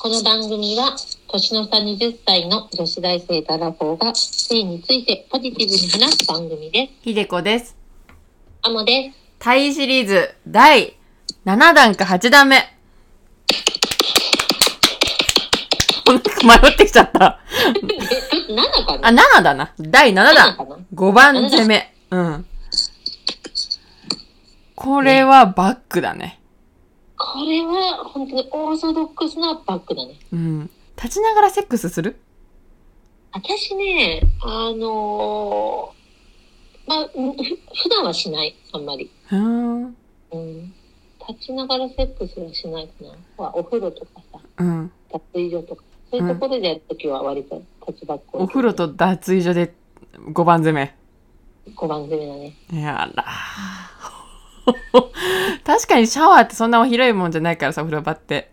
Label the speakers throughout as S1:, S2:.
S1: この番組は年の差20歳の女子大生たらこが性についてポジティブに話す番組です。
S2: ひでこです。
S1: あもで
S2: タイシリーズ第7弾か8弾目。 なんか迷ってきちゃった。
S1: す。え、7か
S2: あ、
S1: な
S2: 7だな。第7
S1: 7か
S2: 弾。
S1: な
S2: 5番攻め。うん。これはバックだね。
S1: これは本当にオーソドックスなバッグだね。
S2: うん。立ちながらセックスする
S1: 私ね、あのーまあ、ふ普段はしない、あんまり。
S2: うーん。
S1: うん。立ちながらセックスはしないかな。ほらお風呂とかさ、
S2: うん。
S1: 脱衣所とか、そういうところでやるときは割と立ちばっこ
S2: お風呂と脱衣所で5番攻め。
S1: 5番攻めだね。
S2: やらー。 確かにシャワーってそんな広いもんじゃないからさ、お風呂場って。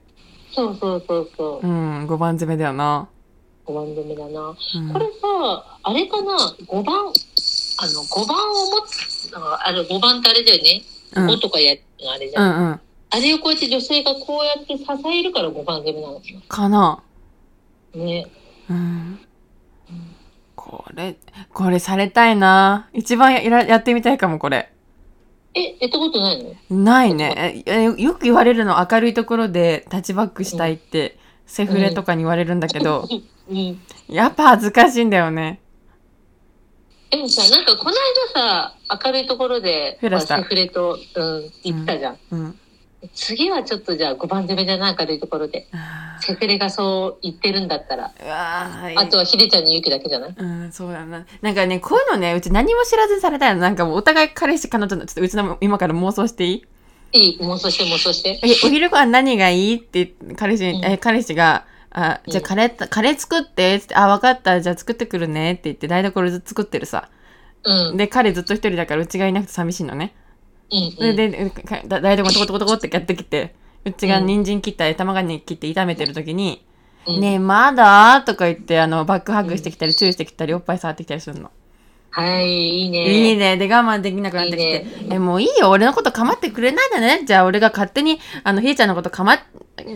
S1: そうそうそうそうう。
S2: ん、5番攻めだよな。
S1: 5番攻めだな。
S2: うん
S1: これさ、あれかな ?5 番、あの、5番を持つ、あの、5番ってあれだよね。
S2: うん、
S1: 5とかやるのあれじ
S2: う
S1: ゃん。
S2: んうん。
S1: あれをこうやって女性がこうやって支えるから5番攻めなのか
S2: かな。
S1: な。ね。
S2: うん。これ、これされたいな。一番やらやってみたいかも、これ。
S1: え、やったことないの
S2: ないね。ええよく言われるの、明るいところでタッチバックしたいって、セフレとかに言われるんだけど、
S1: うん。
S2: やっぱ恥ずかしいんだよね。
S1: でもさ、なんかこの間さ、明るいところで、
S2: フェラした
S1: セフレと、うん、行ったじゃん。
S2: うん。
S1: 次はちょっとじゃあ5番攻めじゃない明るいところで。
S2: あ
S1: セフレがそう言ってるんだったら。
S2: ーうわー
S1: あとはヒデちゃんに勇気だけじゃない
S2: うん、そうだな。なんかね、こういうのね、うち何も知らずにされたいの。なんかもうお互い彼氏、彼女の、ちょっとうちの今から妄想していい
S1: いい、妄想して妄想して。
S2: え、お昼ご飯何がいいって言って彼氏に、
S1: うん
S2: え、彼氏が、あ、
S1: うん
S2: じゃあカレー、カレー作って、つって、あ、わかった、じゃあ作ってくるねって言って台所ずっと作ってるさ。
S1: うん。
S2: で、彼ずっと一人だからうちがいなくて寂しいのね。
S1: うん、
S2: そ
S1: うん。
S2: れで、うかだ台所トコトコトコってやってきて、うちが人参切ったり、玉がね切って炒めてる時に、
S1: うん
S2: ねえ、まだとか言って、あの、バックハグしてきたり、チューしてきたり、おっぱい触ってきたりするの。
S1: はい、いいね。
S2: いいね。で、我慢できなくなってきて、
S1: いいね
S2: え、もういいよ。俺のこと構ってくれないでね。じゃあ、俺が勝手に、あの、ひーちゃんのこと構っ、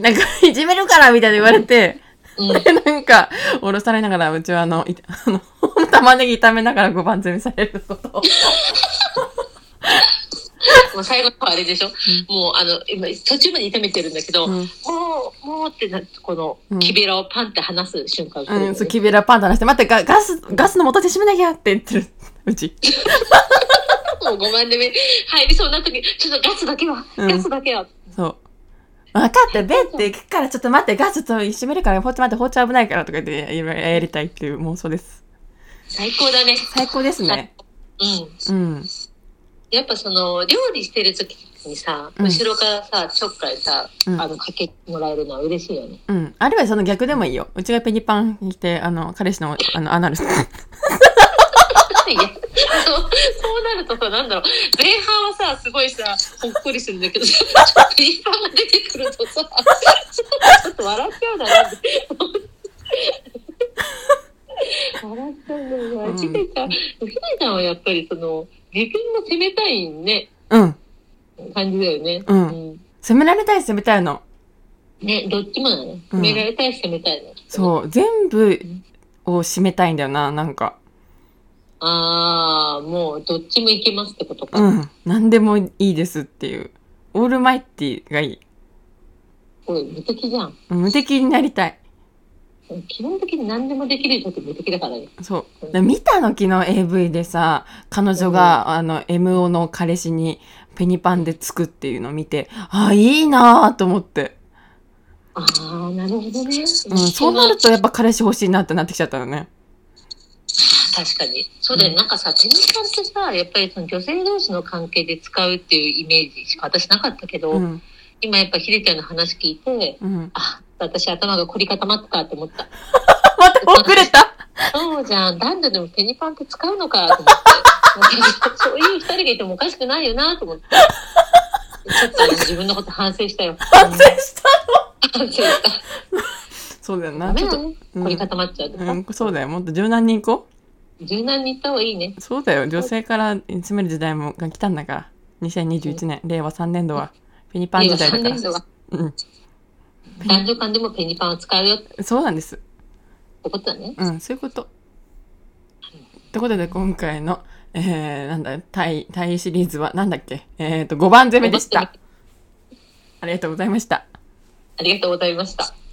S2: なんか、 いじめるから、みたいな言われて、
S1: うん。
S2: でなんか、おろされながら、うちはあの、い あの、玉ねぎ炒めながら5番摘みされることを。
S1: もう最後のあれでしょ、もうあの、今、途中まで炒めてるんだけど、
S2: う
S1: も
S2: ん
S1: う、もうってなって、こ
S2: うん
S1: の、木べらをパンって離す瞬間が来るよね
S2: うん、そう、木べらパンダ出して、待って、ガガス、ガスの元で閉めなきゃって言ってる。うち。
S1: もう5番で目入りそうな時、ちょっとガスだけは、
S2: うん
S1: ガスだけは。
S2: そう。分かった、ベッて行くから、ちょっと待って、ガスと閉めるから、ほんと待って、包丁危ないからとか言って、いろいろやりたいっていう妄想です。
S1: 最高だね。
S2: 最高ですね。
S1: うん。
S2: うん。
S1: やっぱその、料理してる時にさ、
S2: うん
S1: 後ろからさ、ちょっかいさ、
S2: うん
S1: あの、かけてもらえるのは嬉しいよね。
S2: うん。あるいはその逆でもいいよ。うちがペニパンにして、あの、彼氏の、あの、アナル。
S1: いやそうそうなるとさ、なんだろう、前半はさ、すごいさ、ほっこりするんだけどさ、ちょっと一般が出てくるとさ、ちょっと笑っちゃうだなって。笑っちゃうな
S2: う。ん
S1: ひでちゃん、ひでちゃんはやっぱりその、自分も責めたいね、
S2: うん。
S1: 感じだよね。
S2: うん
S1: ん
S2: 責められたい、責めたいの。
S1: ね、どっちもだね。
S2: うん
S1: 責められたい、責めたいの。う。
S2: そう。全部を締めたいんだよな、なんか。
S1: ああ、もう、どっちもいけますってことか。
S2: うん。何でもいいですっていう。オールマイティがいい。
S1: これ、無敵じゃん。
S2: 無敵になりたい。
S1: 基本的に何でもできる人って無敵だからね。
S2: そう。で見たの昨日 AV でさ、彼女が、あの、MO の彼氏にペニパンでつくっていうのを見て、ああ、いいなーと思って。
S1: ああ、なるほどね。うん、
S2: うん。そうなるとやっぱ彼氏欲しいなってなってきちゃったのね。
S1: 確かに。そうだよ、
S2: うん
S1: なんかさ、テニスさんってさ、やっぱりその女性同士の関係で使うっていうイメージしか私なかったけど、
S2: うん。
S1: 今やっぱひでちゃんの話聞いて、
S2: うん。
S1: あ、私頭が凝り固まってたって思った。
S2: あ、また遅れた
S1: そうじゃん、男女でもペニパンって使うのかと思って。 そういう二人がいてもおかしくないよなと思って。ちょっとあの自分のこと反省したよ。
S2: 反省した
S1: 反省した。
S2: そうだよ
S1: ダ
S2: な。
S1: メ
S2: ちょっ
S1: だ
S2: と、
S1: ね。
S2: うん
S1: 凝り固まっちゃうと
S2: う
S1: か。
S2: ん、そうだよ。もっと柔軟に行こ
S1: 柔軟に行った方がいいね。
S2: う。そうだよ。女性から詰める時代もが来たんだから。2021年、令和3年度は、ペニパン時代だ
S1: いい
S2: か
S1: わ三年
S2: ら。
S1: 度は
S2: うん。
S1: 男女間でもペニパンを使うよって
S2: そうなんです。
S1: ことだね。
S2: うん、そういうこと。ということで、今回の、えー、なんだ、タイ、タイシリーズは、なんだっけえっ、ー、と、5番攻めでした。ありがとうございました。
S1: ありがとうございました。